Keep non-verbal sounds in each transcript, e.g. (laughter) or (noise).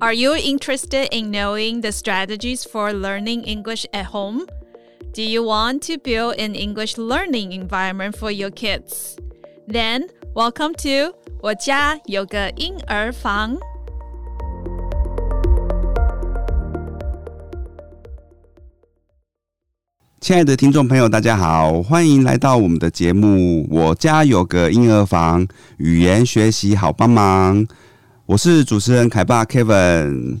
Are you interested in knowing the strategies for learning English at home? Do you want to build an English learning environment for your kids? Then, welcome to 我家有个婴儿房。亲爱的听众朋友，大家好，欢迎来到我们的节目《我家有个婴儿房》，语言学习好帮忙。我是主持人凯爸 Kevin。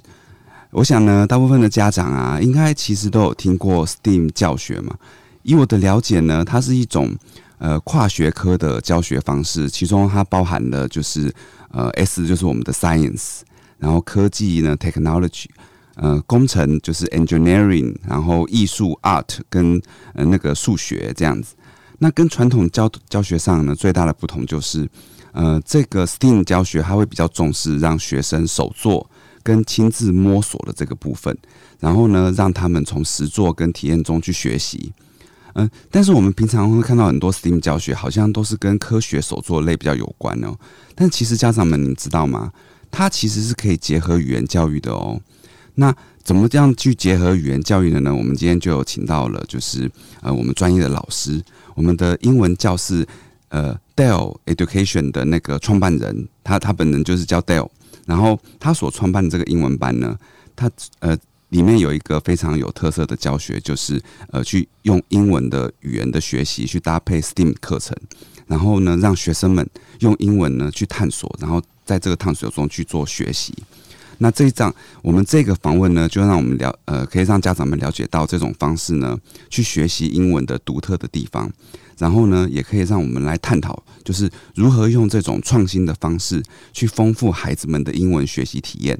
我想呢，大部分的家长啊，应该其实都有听过 STEAM 教学嘛。以我的了解呢，它是一种呃跨学科的教学方式，其中它包含了就是呃 S 就是我们的 Science，然后科技呢 Technology，呃，工程就是 engineering，然后艺术 art 跟呃那个数学这样子。那跟传统教教学上呢，最大的不同就是，呃，这个 STEAM 教学它会比较重视让学生手做跟亲自摸索的这个部分，然后呢，让他们从实做跟体验中去学习。嗯、但是我们平常会看到很多 STEAM 教学，好像都是跟科学手作类比较有关哦。但其实家长们，你们知道吗？它其实是可以结合语言教育的哦。那怎么这样去结合语言教育的呢？我们今天就有请到了，就是呃，我们专业的老师，我们的英文教室，呃，Dell Education 的那个创办人，他他本人就是叫 Dell，然后他所创办的这个英文班呢，他呃里面有一个非常有特色的教学，就是呃去用英文的语言的学习去搭配 STEAM 课程，然后呢让学生们用英文呢去探索，然后在这个探索中去做学习。那这一章我们这个访问呢，就让我们了呃，可以让家长们了解到这种方式呢，去学习英文的独特的地方。然后呢，也可以让我们来探讨，就是如何用这种创新的方式去丰富孩子们的英文学习体验。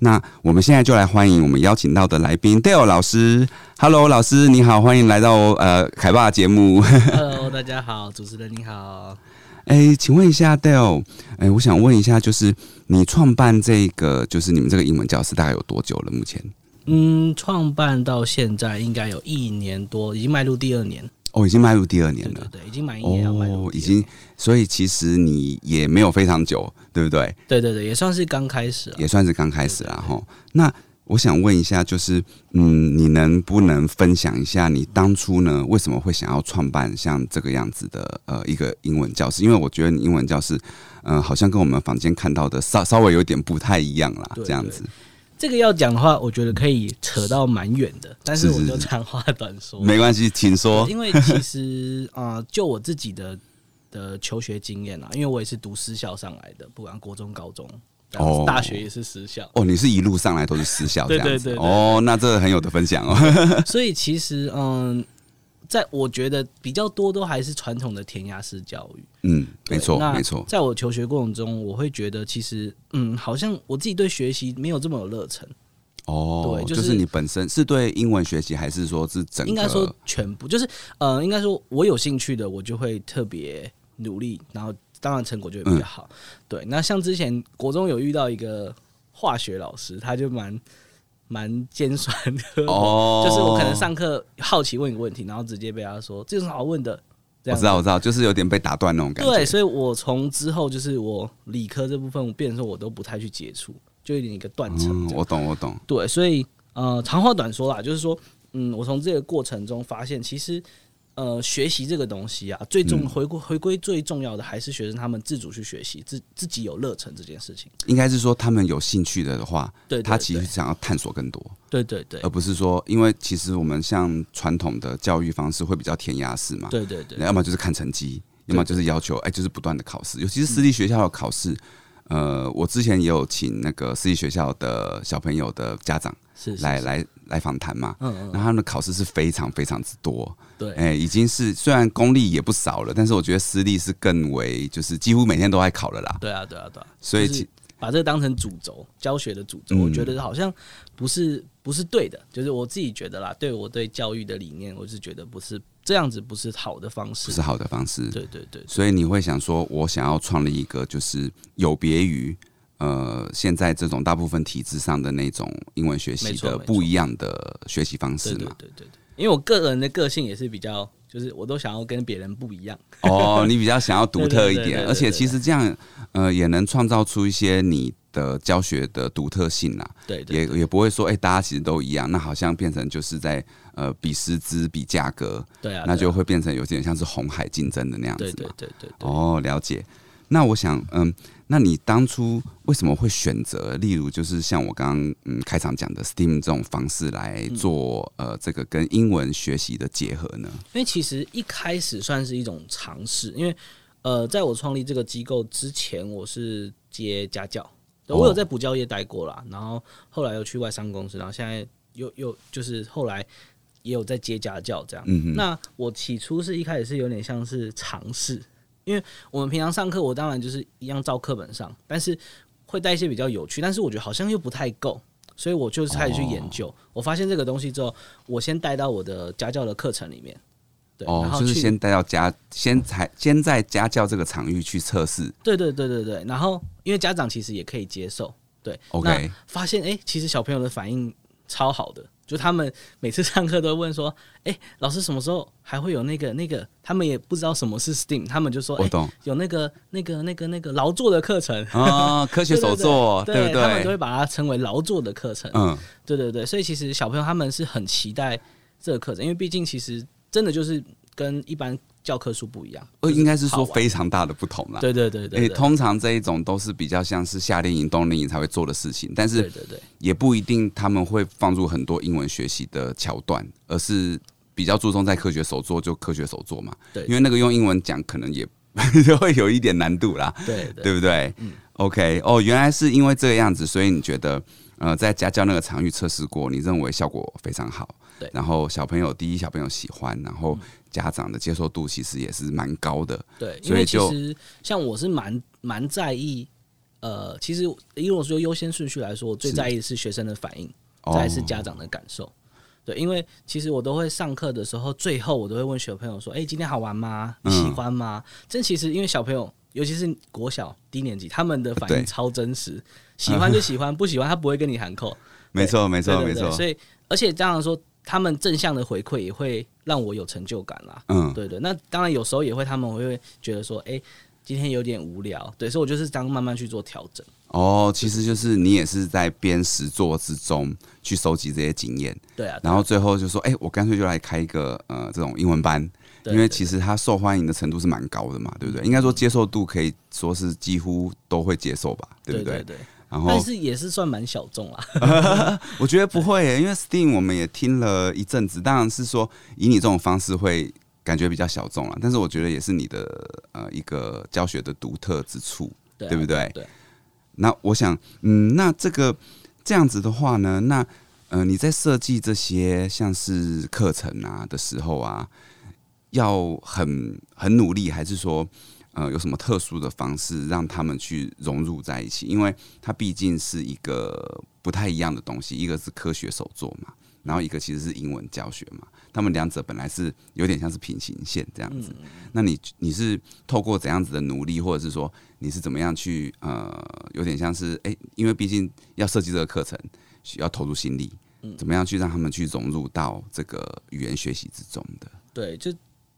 那我们现在就来欢迎我们邀请到的来宾 Dale 老师。Hello，老师你好，欢迎来到呃凯爸节目。 (laughs) Hello，大家好，主持人你好。哎，请问一下 Dale，哎，我想问一下，就是你创办这个，就是你们这个英文教室大概有多久了？目前？嗯，创办到现在应该有一年多，已经迈入第二年。哦，已经迈入第二年对对了。对，已经满一年要迈入哦，第已二年经，所以其实你也没有非常久，对不对？对对对，也算是刚开始啊了。也算是刚开始啦。哈。那我想问一下，就是嗯，你能不能分享一下你当初呢为什么会想要创办像这个样子的呃一个英文教室？因为我觉得你英文教室，嗯、好像跟我们房间看到的稍稍微有点不太一样啦，对这样对子。这个要讲的话，我觉得可以扯到蛮远的，但是是我是就是啊长话短说。没关系，请说。因为其实 (laughs) 啊、呃就我自己的的求学经验啊，因为我也是读私校上来的，不管国中、高中，然哦后大学也是私校。哦，你是一路上来都是私校这对样子对对对哦，那这很有的分享哦。所以其实嗯，在我觉得比较多都还是传统的填鸭式教育。 (laughs) 嗯，对没错那没错，在我求学过程中，我会觉得其实嗯，好像我自己对学习没有这么有热忱，哦，对就、就是是你本身是对英文学习，还是说是整个？应该说全部就是呃，应该说我有兴趣的，我就会特别努力，然后当然成果就会比较好。嗯对，那像之前国中有遇到一个化学老师，他就蛮蛮尖酸的，哦， (laughs) 就是我可能上课好奇问一个问题，然后直接被他说这有什么好问的，我这样知子道我知道，就是有点被打断那种感觉。对，所以我从之后就是我理科这部分，我变成说我都不太去接触，就有点一个断层嗯，这样、我懂我懂。对，所以呃，长话短说啦，就是说，嗯，我从这个过程中发现，其实呃，学习这个东西啊，最重嗯回归回归最重要的还是学生他们自主去学习，自自己有热忱这件事情。应该是说他们有兴趣的话，对对他其实想要探索更多，对对对而不是说，因为其实我们像传统的教育方式会比较填鸭式嘛，对对对对要么就是看成绩，要么就是要求，哎、就是不断的考嗯试，尤其是私立学校的考试。呃，我之前也有请那个私立学校的小朋友的家长是是来是来来访谈嘛，嗯那嗯，他们的考试是非常非常之多，对，哎、已经是虽然公立也不少了，但是我觉得私立是更为就是几乎每天都在考了啦。对啊对啊对啊，所以就是其把这个当成主轴，教学的主轴，嗯我觉得好像不是不是对的，就是我自己觉得啦，对我对教育的理念，我是觉得不是这样子，不是好的方式不。是好的方式。对对对，所以你会想说，我想要创立一个就是有别于呃现在这种大部分体制上的那种英文学习没错的没错不一样的学习方式对对对嘛？对对，因为我个人的个性也是比较，就是我都想要跟别人不一样。哦哦，你比较想要独特一对对对对点，对而且其实这样呃也能创造出一些你的教学的独特性啦、 (laughs) 对对也也不会说，哎、大家其实都一样，那好像变成就是在呃比师资、比价格，对啊，那对就啊会变成有点像是红海竞争的那样子对嘛。对对对对。哦，了解。那我想，嗯，那你当初为什么会选择，例如就是像我刚刚嗯开场讲的 STEAM 这种方式来做、呃这个跟英文学习的结合呢？因为其实一开始算是一种尝试，因为呃，在我创立这个机构之前，我是接家教，哦我有在补教业待过啦，然后后来又去外商公司，然后现在又又就是后来也有在接家教这样。嗯哼那我起初是一开始是有点像是尝试，因为我们平常上课，我当然就是一样照课本上，但是会带一些比较有趣，但是我觉得好像又不太够，所以我就开始去研哦究。我发现这个东西之后，我先带到我的家教的课程里面，对，然哦，后就去是先带到家，先才先在家教这个场域去测试。对对对对对，然后因为家长其实也可以接受，对 OK 那发现哎、诶其实小朋友的反应超好的，就他们每次上课都会问说，哎、老师什么时候还会有那个那个？他们也不知道什么是 STEAM，他们就说，哎、我懂有那 (laughs) 个那个那个那个劳作的课程，啊、科学手作，对对不他们都哦对会？把它称为劳作的课程，嗯，对对对，所以其实小朋友他们是很期待这个课程，因为毕竟其实真的就是跟一般教科书不一样，呃，应该是好说玩非常大的不同啦。对对对对诶对通常这一种都是比较像是夏令营、冬令营才会做的事情，但是对对对。也不一定他们会放入很多英文学习的桥段，而是比较注重在科学手作，就科学手作嘛。对因为那个用英文讲可能也 (laughs) 会有一点难度啦，对对对不对、o k 哦，原来是因为这个样子，所以你觉得呃，在家教那个场域测试过，你认为效果非常好。对嗯然后小朋友第一，小朋友喜欢，然后家长的接受度其实也是蛮高的。对，因所以为其就实像我是蛮蛮在意，呃，其实因为我说优先顺序来说，我最是在意的是学生的反应，哦再来是家长的感受。对，因为其实我都会上课的时候，最后我都会问小朋友说：“哎、今天好玩吗？你嗯喜欢吗？”这其实因为小朋友，尤其是国小低年级，他们的反对应超真实，喜欢就喜 (laughs) 欢，不喜欢他不会跟你喊扣。没错，没错，对没对对错所。以，而且当然说，他们正向的回馈也会让我有成就感啦。嗯，对对，那当然有时候也会，他们会觉得说，哎、今天有点无聊，对，所以我就是这样慢慢去做调整。哦，其实就是你也是在边实作之中去收集这些经验，对啊，然后最后就说，哎、我干脆就来开一个呃这种英文班，对因为对嗯其实它受欢迎的程度是蛮高的嘛，对不对？应该说接受度可以说是几乎都会接受吧，对对不对？对对，然但后是也是算蛮小众啦。我觉得不会耶、因为 Steam 我们也听了一阵子，当然是说以你这种方式会感觉比较小众了，但是我觉得也是你的呃一个教学的独特之处。对啊对不对对，那我想，嗯，那这个这样子的话呢，那呃，你在设计这些像是课程啊的时候啊，要很很努力，还是说呃有什么特殊的方式让他们去融入在一起？因为它毕竟是一个不太一样的东西，一个是科学手作嘛，然后一个其实是英文教学嘛，他们两者本来是有点像是平行线这样子。那你你是透过怎样子的努力，或者是说你是怎么样去呃，有点像是哎、诶因为毕竟要设计这个课程，需要投入心力，嗯怎么样去让他们去融入到这个语言学习之中的？对，就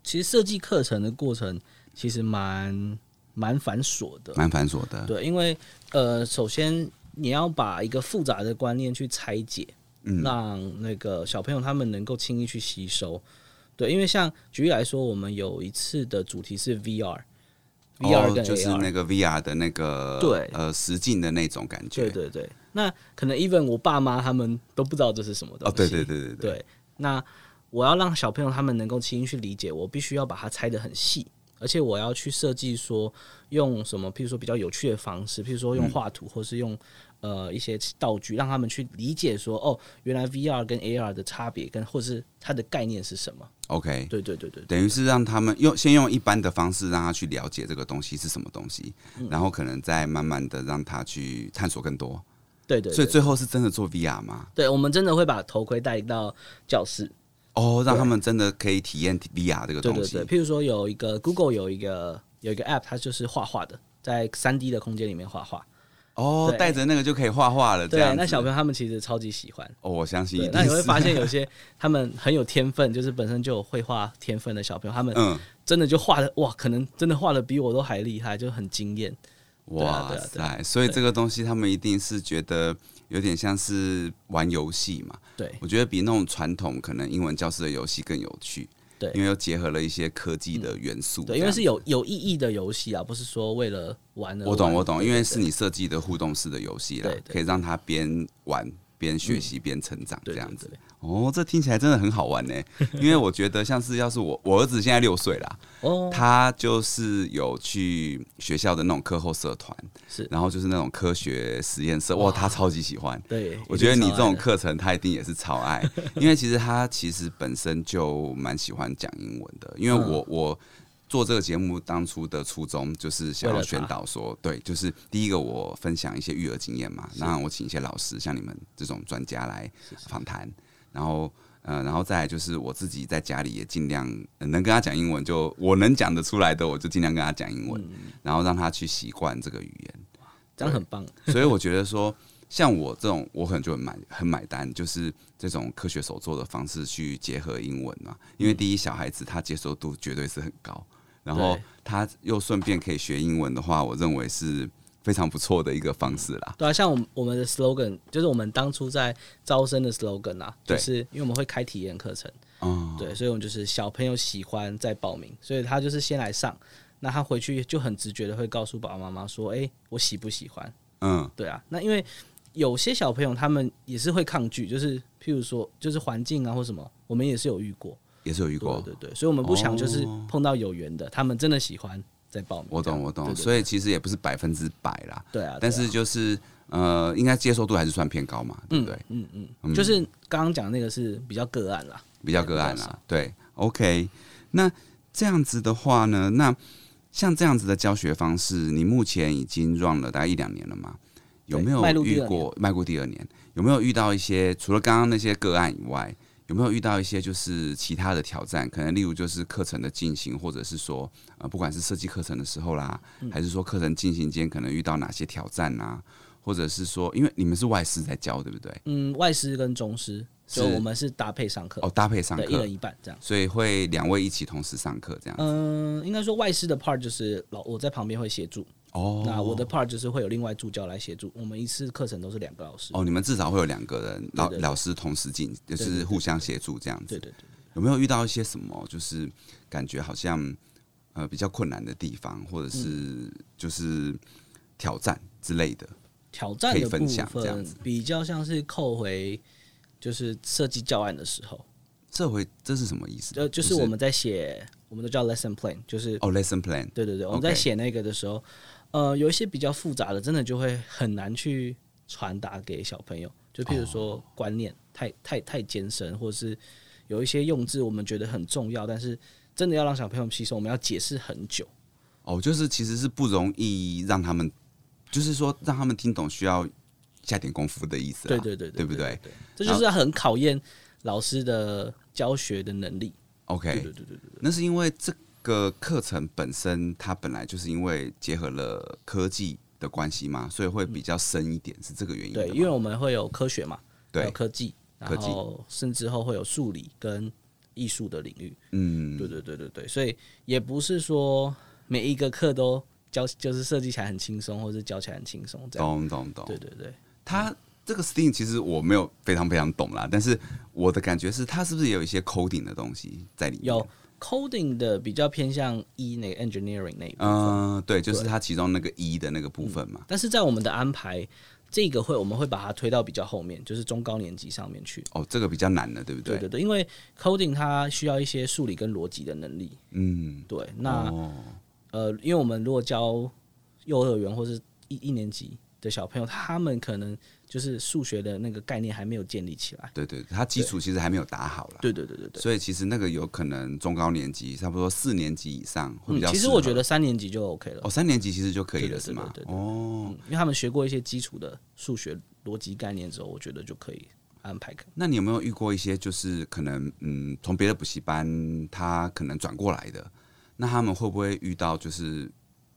其实设计课程的过程其实蛮蛮繁琐的。蛮繁琐的，对，因为呃，首先你要把一个复杂的观念去拆解，嗯让那个小朋友他们能够轻易去吸收。对，因为像举例来说，我们有一次的主题是 VR，VR、VR 哦、跟 AR，、就是那个 VR 的那个对呃实境的那种感觉，对对对，那可能 even 我爸妈他们都不知道这是什么东哦西。对对对对对，对那我要让小朋友他们能够轻易去理解，我必须要把它拆得很细，而且我要去设计说用什么，譬如说比较有趣的方式，譬如说用画图，或是用呃一些道具，让他们去理解说哦，原来 VR 跟 AR 的差别跟或是它的概念是什么。 ，OK。对对对对对等于是让他们用先用一般的方式让他去了解这个东西是什么东西，嗯然后可能再慢慢的让他去探索更多。对对，所以对最后是真的做 VR 吗？对我们真的会把头盔带到教室。哦，让他们真的可以体验 VR 这个对东对西。对，譬如说有一个 Google 有一个有一个 App，它就是画画的，在三 D 的空间里面画画。哦，对带着那个就可以画画了，这对样，那小朋友，友他们其实超级喜欢。哦，我相信一对，定那你会是发 (laughs) 现有些他们很有天分，就是本身就有绘画天分的小朋友，他们嗯，真的就画的哇，可能真的画的比我都还厉害，就很惊艳。对啊哇对啊对塞！所以这个东西他们一定是觉得有点像是玩游戏嘛。对我觉得比那种传统可能英文教室的游戏更有趣，对嗯因为又结合了一些科技的元素。对，因为是有有意义的游戏啊，不是说为了玩而我懂玩我懂，因为是你设计的互动式的游戏啦对，对嗯可以让他边玩边学习边成长这对对样对子对。哦，这听起来真的很好玩呢。因为我觉得像是要是我我儿子现在六岁啦，哦，他就是有去学校的那种课后社团，是然后就是那种科学实验社，哇，他超级喜欢。对，我觉得你这种一定超爱的课程他一定也是超爱， (laughs) 因为其实他其实本身就蛮喜欢讲英文的，因为我、嗯我。做这个节目当初的初衷就是想为要了他宣导说，对，就是第一个我分享一些育儿经验嘛，然后我请一些老师，像你们这种专家来访谈，然后呃，然后再来就是我自己在家里也尽量呃能跟他讲英文就，我能讲得出来的，我就尽量跟他讲英文，嗯然后让他去习惯这个语言。这样很棒，所以我觉得说，像我这种，我可能就很买很买单，就是这种科学手作的方式去结合英文嘛。因嗯为第一，小孩子他接受度绝对是很高，然后对他又顺便可以学英文的话，我认为是非常不错的一个方式啦。对啊，像我们我们的 slogan 就是我们当初在招生的 slogan 啊，对就是因为我们会开体验课程，嗯，对，所以我们就是小朋友喜欢再报名，所以他就是先来上，那他回去就很直觉的会告诉爸爸妈妈说，哎、我喜不喜欢？嗯，对啊，那因为有些小朋友他们也是会抗拒，就是譬如说就是环境啊或什么，我们也是有遇过，也是有遇对过。对对，所以我们不想就是哦碰到有缘的，他们真的喜欢再报名，我懂，我懂，所以以其实也不是百分之百啦，对啊，但对啊是就是呃，应该接受度还是算偏高嘛，对不对？嗯嗯嗯，就是刚刚讲那个是比较个案啦，比较个案比较啦少。对，OK，那这样子的话呢，那像这样子的教学方式，你目前已经 run 了大概一两年了嘛？有对没有迈入第遇二过迈入第二年？有没有遇到一些除了刚刚那些个案以外，有没有遇到一些就是其他的挑战？可能例如就是课程的进行，或者是说呃，不管是设计课程的时候啦，嗯还是说课程进行间可能遇到哪些挑战啊？或者是说，因为你们是外师在教，对不对？嗯，外师跟中师，是所以我们是搭配上课，哦，搭配上对，一课人，一半这样。所以会两位一起同时上课这样子。嗯，应该说外师的 part 就是老我在旁边会协助，哦，那我的 part 就是会有另外助教来协助。我们一次课程都是两个老师。哦，你们至少会有两个人老对对对老师同时进，就对对是对互相协助这样子。对对对，有没有遇到一些什么，就是感觉好像呃比较困难的地方，或者嗯是就是挑战之类的？挑战可的以分部享这样分子比较像是扣回，就是设计教案的时候，这回这是什么意思？呃，就是我们在写，我们都叫 lesson plan，就是哦，lesson plan，对对对，我们在 OK 写那个的时候，呃，有一些比较复杂的，真的就会很难去传达给小朋友。就譬如哦说观念太太太艰深，或者是有一些用字我们觉得很重要，但是真的要让小朋友吸收，我们要解释很久。哦，就是其实是不容易让他们，就是说让他们听懂需要下点功夫的意思啦。对对对对不对对对，这就是很考验老师的教学的能力。 ，OK，对对对对对，那是因为这个课程本身它本来就是因为结合了科技的关系嘛，所以会比较深一点，是这个原因的对，吗。因为我们会有科学嘛，还有对，科技，科然技后甚至后会有数理跟艺术的领域。嗯，对对对对对，所以也不是说每一个课都教，就是设计起来很轻松，或者教起来很轻松这样。懂懂懂。对对对，它这个 STEAM 其实我没有非常非常懂啦，但是我的感觉是它是不是也有一些 coding 的东西在里面？有 coding 的比较偏向一、那个 engineering 那一部分，嗯、对，就是它其中那个一的那个部分嘛。但是在我们的安排，这个会我们会把它推到比较后面，就是中高年级上面去。哦，这个比较难的，对不对？嗯对对对，因为 coding 它需要一些数理跟逻辑的能力。嗯，对，那、哦，呃，因为我们如果教幼儿园或是一一年级的小朋友，他们可能就是数学的那个概念还没有建立起来。对对，它基础其实还没有打好啦。对对对对对。所以其实那个有可能中高年级，差不多四年级以上会比较适合、嗯其实我觉得三年级就 OK 了，哦，三年级其实就可以了，对对是吗对？对对哦，因为他们学过一些基础的数学逻辑概念之后，我觉得就可以安排。那你有没有遇过一些就是可能嗯，从别的补习班他可能转过来的，那他们会不会遇到就是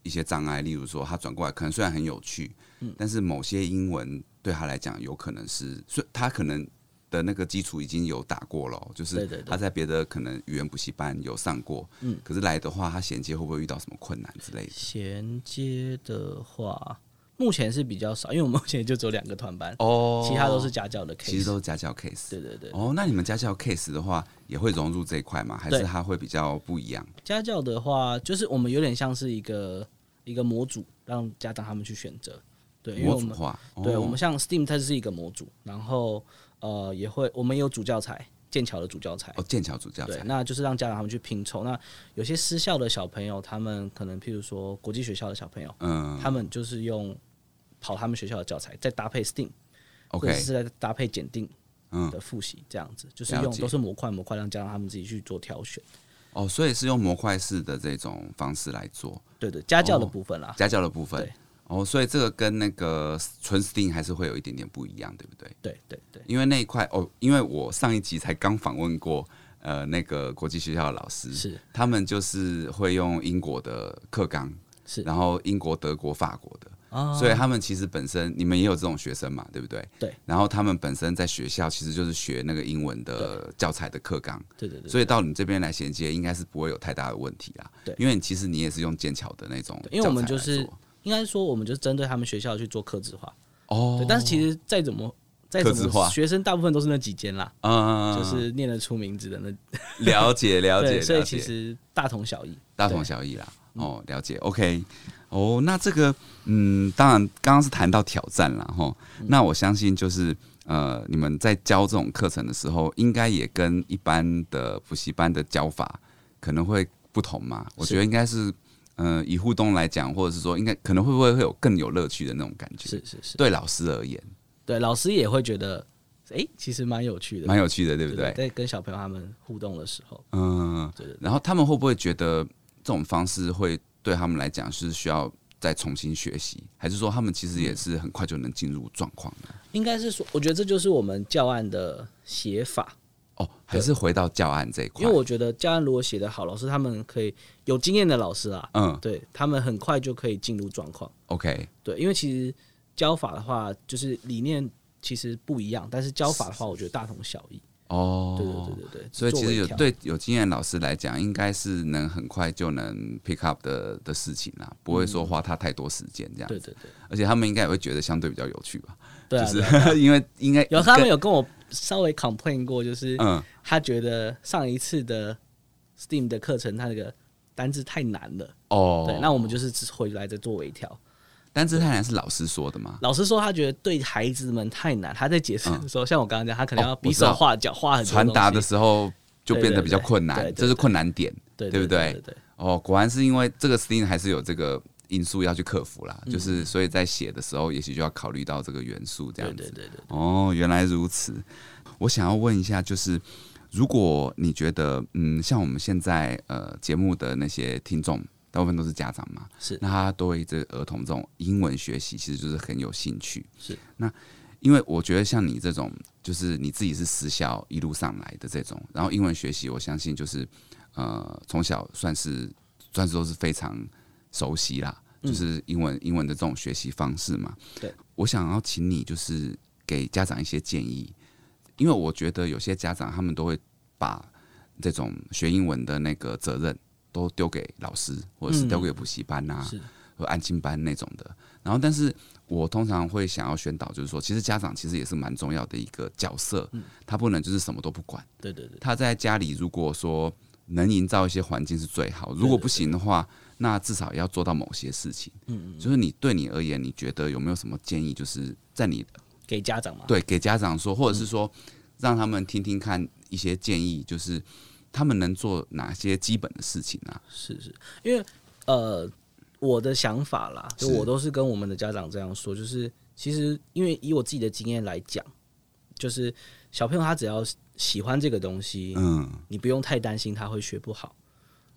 一些障碍？例如说他转过来可能虽嗯然很有趣，但是某些英文对他来讲有可能是，所以他可能的那个基础已经有打过了哦，就对是对对他在别的可能语言补习班有上过，嗯可是来的话，他衔接会不会遇到什么困难之类的？衔接的话，目前是比较少，因为我们目前就只有两个团班，哦 (laughs) 其他都是家教的 case。其实都是家教 case。对对对，哦，那你们家教 case 的话，也会融入这一块吗？还是对它会比较不一样？家教的话，就是我们有点像是一个一个模组，让家长他们去选择。对，因为模我组们化，对哦我们像 Steam 它是一个模组，然后呃也会我们有主教材，剑桥的主教材。哦剑桥主教对，材，那就是让家长他们去拼凑。那有些私校的小朋友，他们可能譬如说国际学校的小朋友，嗯，他们就是用跑他们学校的教材，再搭配 STEAM，或者 OK，是在搭配检定嗯的，复习，这样子就是了用解都是模块模块，让家长他们自己去做挑选。哦，所以是用模块式的这种方式来做对对，家教的哦部分啦，家教的部分对。哦，所以这个跟那个纯 STEAM 还是会有一点点不一样，对不对？对对对，因为那一块哦，因为我上一集才刚访问过呃那个国际学校的老师，是他们就是会用英国的课纲，是然后英国、德国、法国的，啊，所以他们其实本身你们也有这种学生嘛，对不对？对。然后他们本身在学校其实就是学那个英文的教材的课纲，对对对，所以到你这边来衔接，应该是不会有太大的问题啦。对因为你其实你也是用剑桥的那种教材来做，对因为我们就是应该说我们就是针对他们学校去做客制化。哦对，，但是其实再怎么再客怎制化么学生大部分都是那几间啦，嗯，就是念得出名字的那了解了解，对，所以了解其实大同小异。大同小异啦。哦，了解，OK。哦，那这个，嗯，当然，刚刚是谈到挑战啦，吼。那我相信就是，呃，你们在教这种课程的时候，应该也跟一般的补习班的教法可能会不同嘛。我觉得应该是，呃，以互动来讲，或者是说，应该可能会不会会有更有乐趣的那种感觉？是是是，对老师而言，对，老师也会觉得，诶，其实蛮有趣的，蛮有趣的，对不对对？在跟小朋友他们互动的时候，嗯对对，然后他们会不会觉得这种方式会对他们来讲是需要再重新学习，还是说他们其实也是很快就能进入状况的？应该是说，我觉得这就是我们教案的写法，哦，还是回到教案这一块？因为我觉得教案如果写得好，老师他们可以有经验的老师啊，嗯对他们很快就可以进入状况。 ，OK，对，因为其实教法的话，就是理念其实不一样，但是教法的话，我觉得大同小异。哦，对对对对对，所以其实有做微调对有经验的老师来讲，应该是能很快就能 pick up 的的事情啦，不会说花他太多时间这样。对对对而且他们应该也会觉得相对比较有趣吧，对啊，就对啊是 (laughs) 因为应该有他们有跟我稍微 complain 过，就是嗯他觉得上一次的 Steam 的课程，他那个单字太难了。哦，对，那我们就是只回来再做微调。单字太难是老师说的吗？老师说，他觉得对孩子们太难。他在解释的时候，像我刚刚讲，他可能哦要我比知道手画脚，画很多传达的东西时候就变得比较困对对难，对对这是困难点。对对不对对对对，哦，果然是因为这个 STEAM 还是有这个因素要去克服啦，嗯就是所以在写的时候，也许就要考虑到这个元素这对样对对子。对对。哦，原来如此。我想要问一下，就是如果你觉得，嗯，像我们现在呃节目的那些听众，大部分都是家长嘛，是那他对这个儿童这种英文学习，其实就是很有兴趣。是那。因为我觉得像你这种，就是你自己是私校一路上来的这种，然后英文学习，我相信就是呃，从小算是算是都是非常熟悉啦，就是英文英文的这种学习方式嘛。嗯对，我想要请你就是给家长一些建议，因为我觉得有些家长他们都会把这种学英文的那个责任都丢给老师，或者是丢给补习班啊，嗯是和安静班那种的。然后，但是我通常会想要宣导，就是说，其实家长其实也是蛮重要的一个角色，嗯他不能就是什么都不管。对对对，他在家里如果说能营造一些环境是最好，如果不行的话，那至少也要做到某些事情。嗯嗯，就是你对你而言，你觉得有没有什么建议？就是在你给家长嘛。对给家长说，或者是说嗯让他们听听看一些建议，就是他们能做哪些基本的事情啊？是是，因为呃，我的想法啦，就是我都是跟我们的家长这样说，就是其实因为以我自己的经验来讲，就是小朋友他只要喜欢这个东西，嗯，你不用太担心他会学不好，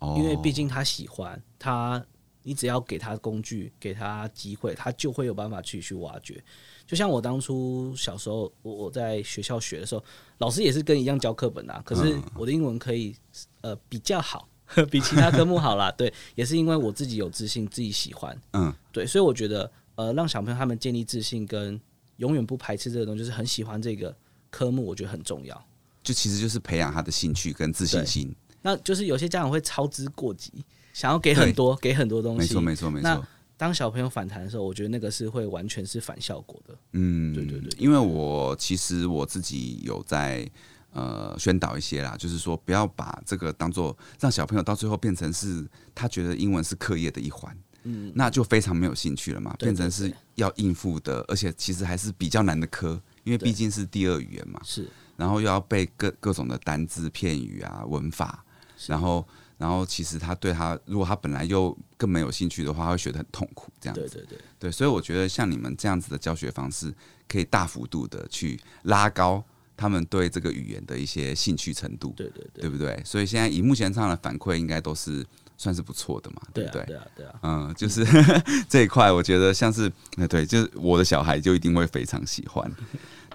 哦，因为毕竟他喜欢他。你只要给他工具，给他机会，他就会有办法去去挖掘。就像我当初小时候，我我在学校学的时候，老师也是跟一样教课本啊，可嗯是我的英文可以呃比较好， (laughs) 比其他科目好啦。对，也是因为我自己有自信，自己喜欢。嗯，对，所以我觉得呃，让小朋友他们建立自信跟永远不排斥这个东西，就是很喜欢这个科目，我觉得很重要。就其实就是培养他的兴趣跟自信心。那就是有些家长会操之过急，想要给很多，给很多东没西错，。没错，没那错。当小朋友反弹的时候，我觉得那个是会完全是反效果的。嗯，对对对因为我其实我自己有在呃宣导一些啦，就是说不要把这个当做让小朋友到最后变成是他觉得英文是课业的一环，嗯，那就非常没有兴趣了嘛，对对变成是要应付的，而且其实还是比较难的科，因为对毕竟是第二语言嘛，是然后又要背各各种的单字、片语啊、文法，然后然后其实他对他如果他本来又更没有兴趣的话，他会学得很痛苦这样子对。对对，对，所以我觉得像你们这样子的教学方式，可以大幅度的去拉高他们对这个语言的一些兴趣程度，对对对，不对？所以现在以目前上的反馈，应该都是算是不错的嘛，对不啊对？对啊对啊，嗯，就是 (laughs) 这一块，我觉得像是呃，对，就是我的小孩就一定会非常喜欢。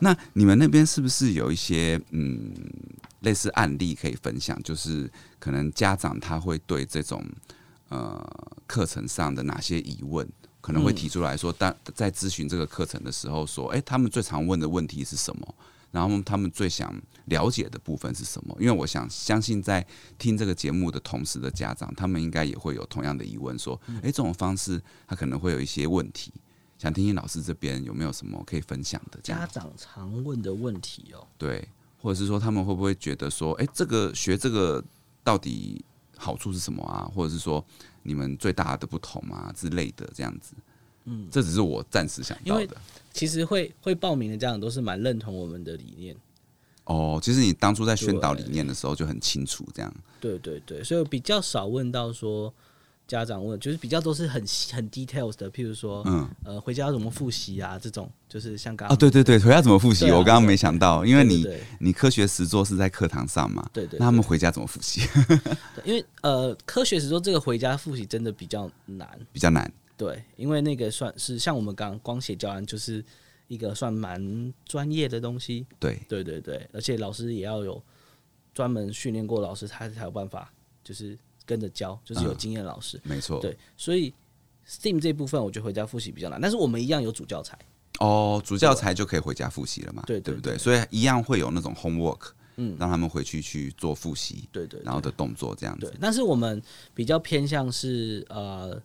那你们那边是不是有一些嗯类似案例可以分享？就是可能家长他会对这种呃课程上的哪些疑问，可能会提出来说，当在咨询这个课程的时候说，诶，他们最常问的问题是什么？然后他们最想了解的部分是什么？因为我想相信在听这个节目的同时的家长，他们应该也会有同样的疑问，说：“诶，这种方式他可能会有一些问题，想听听老师这边有没有什么可以分享的？”这家样长常问的问题哦，对，或者是说他们会不会觉得说：“诶，这个学这个到底好处是什么啊？”或者是说你们最大的不同啊之类的这样子。嗯，这只是我暂时想到因为的。其实会会报名的家长都是蛮认同我们的理念。哦，其实你当初在宣导理对念的时候就很清楚，这样对对对，所以比较少问到说家长问，就是比较都是很细很 details 的，譬如说，嗯。呃，回家要怎么复习啊，这种就是像刚啊，对对对，回家怎么复习？对啊我刚刚没想到，因为你对你科学实作是在课堂上嘛，对对对那他们回家怎么复习 (laughs) 对因为呃，科学是说这个回家复习真的比较难，比较难？对，因为那个算是像我们刚刚光写教案就是一个算蛮专业的东西，对，对对对，而且老师也要有专门训练过的老师，他才有办法就是跟着教，就是有嗯经验的老师，没错。对，所以 STEAM 这部分我觉得回家复习比较难，但是我们一样有主教材，哦，主教材就可以回家复习了嘛？对对不对对？所以一样会有那种 homework，嗯，让他们回去去做复习，对对然后的动作这样对子。，但是我们比较偏向是呃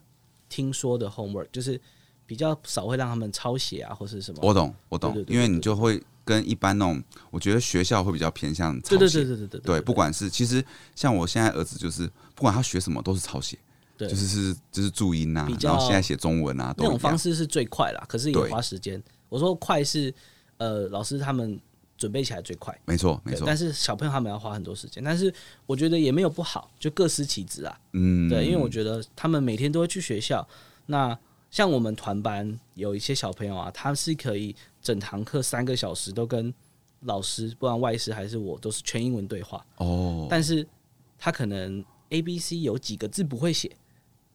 听说的 homework，就是比较少会让他们抄写啊或是什么，我懂，我懂对对，对因为对你就会跟一般那种，我觉得学校会比较偏向抄对对写对对对对对，不管是其实像我现在儿子就是，不管他学什么都是抄写，对就是是就是注音啊比，较然后现在写中文啊，都那一种样方式是最快啦，可是也对花时间。我说快是呃老师他们准备起来最快，没错没对错，但是小朋友他们要花很多时间，但是我觉得也没有不好，就各司其职啊。嗯，对，因为我觉得他们每天都会去学校。那像我们团班有一些小朋友啊，他是可以整堂课三个小时都跟老师，不管外师还是我，都是全英文对话。哦，但是他可能 A、B、C 有几个字不会写，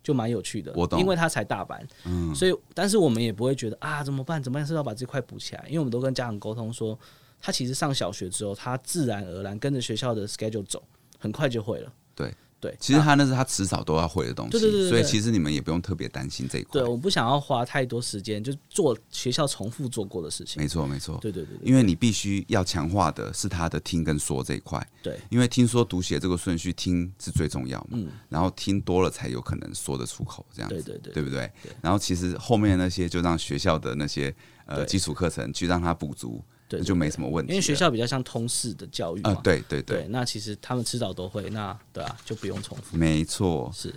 就蛮有趣的。我懂因为他才大班，嗯所以但是我们也不会觉得啊怎么办，怎么样是要把这块补起来，因为我们都跟家长沟通说，他其实上小学之后，他自然而然跟着学校的 schedule 走，很快就会了。对对，啊其实他那是他迟早都要会的东西，对对对对所以对其实你们也不用特别担心这一块对，。我不想要花太多时间，就做学校重复做过的事情。没错，没错，对对对对因为你必须要强化的是他的听跟说这一块，对因为听说读写这个顺序，听是最重要嘛，然后听多了才有可能说得出口，这样子，嗯对对对不对？然后其实后面那些就让学校的那些呃对基础课程去让他补足，对那就没什么问题因了。为学校比较像通识的教育嘛。啊，对对对对，那其实他们迟早都会，那对啊，就不用重复。没错，是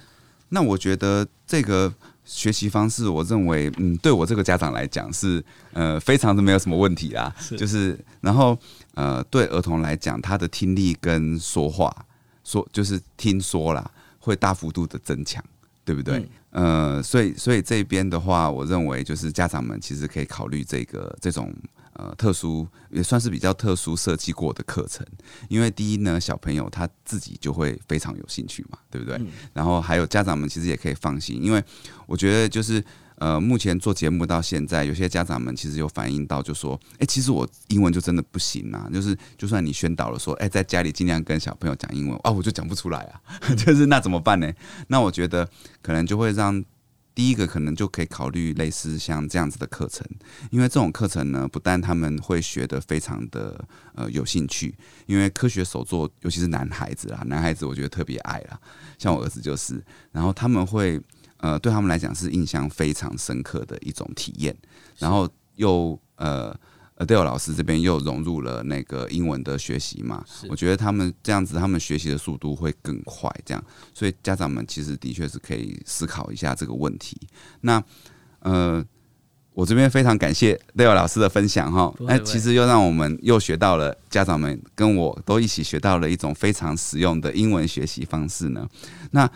那我觉得这个学习方式，我认为，嗯，对我这个家长来讲是，呃，非常的没有什么问题啦。就是，然后，呃，对儿童来讲，他的听力跟说话，说就是听说啦，会大幅度的增强，对不对？呃，所以，所以这边的话，我认为就是家长们其实可以考虑这个这种。呃，特殊也算是比较特殊设计过的课程，因为第一呢，小朋友他自己就会非常有兴趣嘛，对不对？然后还有家长们其实也可以放心，因为我觉得就是呃，目前做节目到现在，有些家长们其实有反映到，就说，哎、其实我英文就真的不行啊，就是就算你宣导了说，哎、在家里尽量跟小朋友讲 (laughs) 英文啊，我就讲不出来啊，就是那怎么办呢？那我觉得可能就会让第一个可能就可以考虑类似像这样子的课程，因为这种课程呢，不但他们会学得非常的呃有兴趣，因为科学手作，尤其是男孩子啦，男孩子我觉得特别爱啦，像我儿子就是，然后他们会呃对他们来讲是印象非常深刻的一种体验，然后又呃。呃 d 老师这边又融入了那个英文的学习嘛，我觉得他们这样子，他们学习的速度会更快，这样，所以家长们其实的确是可以思考一下这个问题。那呃，我这边非常感谢 Leo 老师的分享哈不，会那不会其实又让我们又学到了家长们跟我都一起学到了一种非常实用的英文学习方式呢。那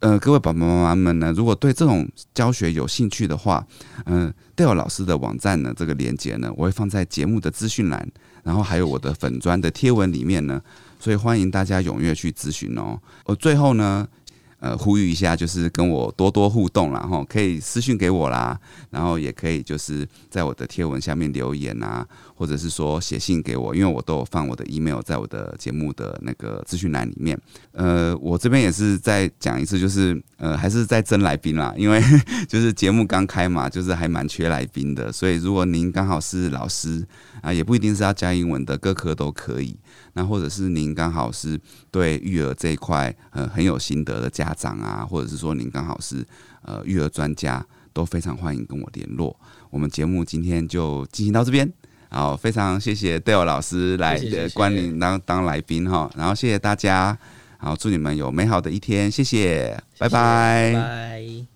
呃，各位爸爸妈妈们呢，如果对这种教学有兴趣的话，嗯、d a l e 老师的网站呢，这个连接呢，我会放在节目的资讯栏，然后还有我的粉砖的贴文里面呢，所以欢迎大家踊跃去咨询哦。呃，最后呢，呃，呼吁一下，就是跟我多多互动啦，哈，可以私讯给我啦，然后也可以就是在我的贴文下面留言啊，或者是说写信给我，因为我都有放我的 email 在我的节目的那个资讯栏里面。呃，我这边也是再讲一次，就是呃，还是在征来宾啦，因为 (laughs) 就是节目刚开嘛，就是还蛮缺来宾的，所以如果您刚好是老师啊，也不一定是要教英文的，各科都可以。那或者是您刚好是对育儿这一块呃很有心得的家长啊，或者是说您刚好是呃育儿专家，都非常欢迎跟我联络。我们节目今天就进行到这边。好，非常谢谢 Dale 老师来谢谢呃谢谢光临当当来宾哈，然后谢谢大家，好，祝你们有美好的一天，谢谢，拜拜拜。